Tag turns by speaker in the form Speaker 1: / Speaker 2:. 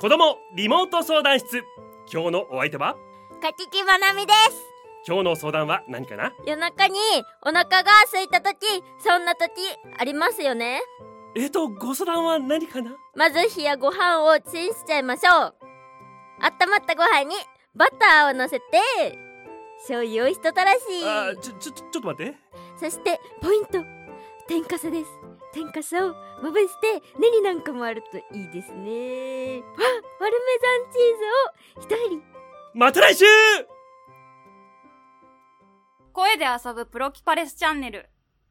Speaker 1: 子供リモート相談室今日のお相手は
Speaker 2: かききまなみです
Speaker 1: 今日の相談は何かな
Speaker 2: 夜中にお腹が空いた時そんな時ありますよね
Speaker 1: えっとご相談は何かな
Speaker 2: まず冷やご飯をチンしちゃいましょう温まったご飯にバターをのせて醤油をひとたらし
Speaker 1: あーちょちょちょちょっと待って
Speaker 2: そしてポイント天かすです天かすをまぶしてネギなんかもあるといいですねあパルメザンチーズを一振り
Speaker 1: また来週
Speaker 3: 声で遊ぶプロキパレスチャンネル